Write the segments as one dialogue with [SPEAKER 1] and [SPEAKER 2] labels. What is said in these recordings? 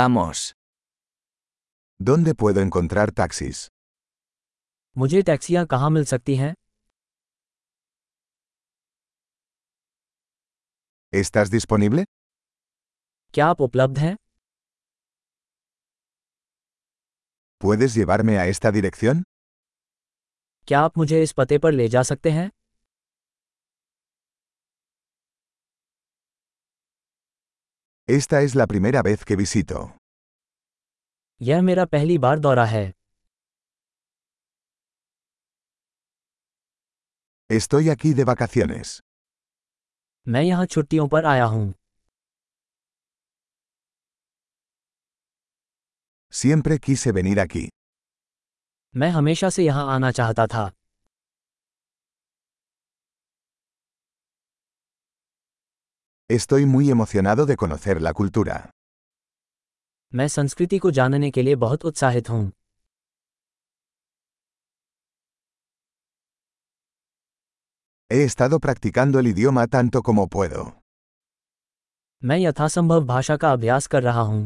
[SPEAKER 1] Vamos.
[SPEAKER 2] ¿Dónde puedo encontrar taxis?
[SPEAKER 3] मुझे टैक्सियाँ कहाँ मिल सकती हैं
[SPEAKER 2] ¿Estás disponible?
[SPEAKER 3] क्या आप उपलब्ध हैं
[SPEAKER 2] ¿Puedes llevarme a esta dirección?
[SPEAKER 3] क्या आप मुझे इस पते पर ले जा सकते हैं
[SPEAKER 2] Esta es la primera vez que visito.
[SPEAKER 3] यह मेरा पहली बार दौरा है
[SPEAKER 2] Estoy aquí de vacaciones.
[SPEAKER 3] मैं यहाँ छुट्टियों पर आया हूँ
[SPEAKER 2] Siempre quise venir aquí.
[SPEAKER 3] मैं हमेशा से यहाँ आना चाहता था
[SPEAKER 2] Estoy muy emocionado de conocer la cultura.
[SPEAKER 3] मैं संस्कृति को जानने के लिए बहुत उत्साहित हूँ
[SPEAKER 2] He estado practicando el idioma tanto como puedo.
[SPEAKER 3] मैं यथासंभव भाषा का अभ्यास कर रहा हूँ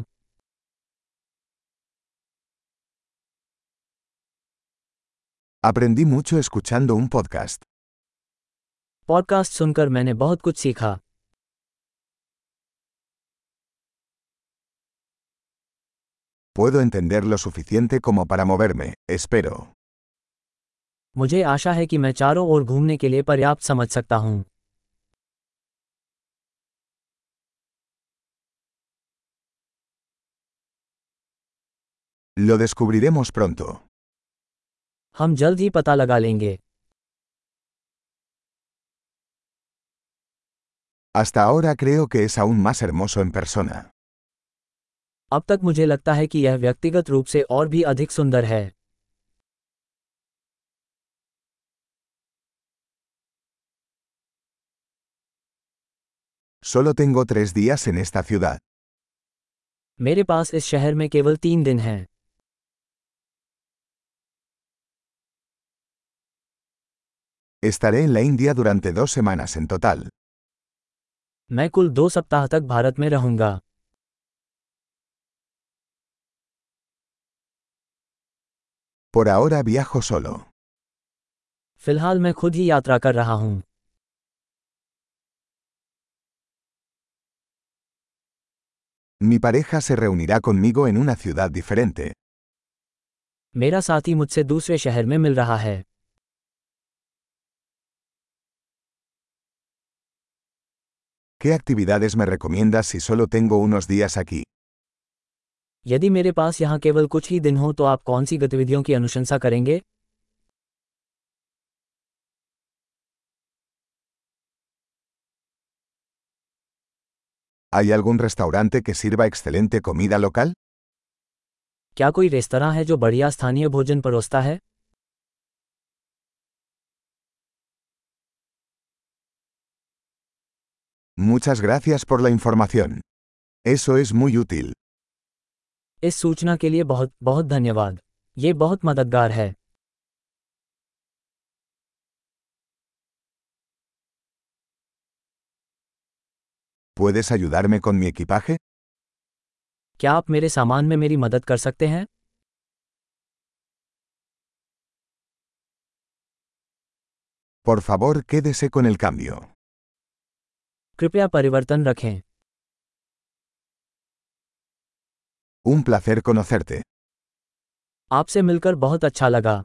[SPEAKER 2] Aprendí mucho escuchando un podcast.
[SPEAKER 3] पॉडकास्ट सुनकर मैंने बहुत कुछ सीखा
[SPEAKER 2] Puedo entender lo suficiente como para moverme, espero.
[SPEAKER 3] मुझे आशा है कि मैं चारों ओर घूमने के लिए पर्याप्त समझ सकता हूँ
[SPEAKER 2] Lo descubriremos pronto.
[SPEAKER 3] हम जल्द ही पता लगा लेंगे
[SPEAKER 2] Hasta ahora creo que es aún más hermoso en persona.
[SPEAKER 3] अब तक मुझे लगता है कि यह व्यक्तिगत रूप से और भी अधिक सुंदर है
[SPEAKER 2] Solo tengo tres días en esta ciudad.
[SPEAKER 3] मेरे पास इस शहर में केवल तीन दिन हैं
[SPEAKER 2] Estaré en la India durante dos semanas en total.
[SPEAKER 3] मैं कुल दो सप्ताह तक भारत में रहूंगा
[SPEAKER 2] Por ahora viajo solo.
[SPEAKER 3] फिलहाल मैं खुद ही यात्रा कर रहा हूँ
[SPEAKER 2] Mi pareja se reunirá conmigo en una ciudad diferente.
[SPEAKER 3] मेरा साथी मुझसे दूसरे शहर में मिल रहा है
[SPEAKER 2] ¿Qué actividades me recomiendas si solo tengo unos días aquí?
[SPEAKER 3] यदि मेरे पास यहाँ केवल कुछ ही दिन हो तो आप कौन सी गतिविधियों की अनुशंसा करेंगे
[SPEAKER 2] ¿Hay algún restaurante que sirva excelente comida local?
[SPEAKER 3] क्या कोई रेस्तरा है जो बढ़िया स्थानीय भोजन परोसता है
[SPEAKER 2] Muchas gracias por la información. Eso es muy útil.
[SPEAKER 3] इस सूचना के लिए बहुत बहुत धन्यवाद ये बहुत मददगार है
[SPEAKER 2] ¿Puedes ayudarme con mi equipaje?
[SPEAKER 3] क्या आप मेरे सामान में मेरी मदद कर सकते हैं
[SPEAKER 2] Por favor, quédese con el cambio.
[SPEAKER 3] कृपया परिवर्तन रखें
[SPEAKER 2] Un placer conocerte.
[SPEAKER 3] आपसे मिलकर बहुत अच्छा लगा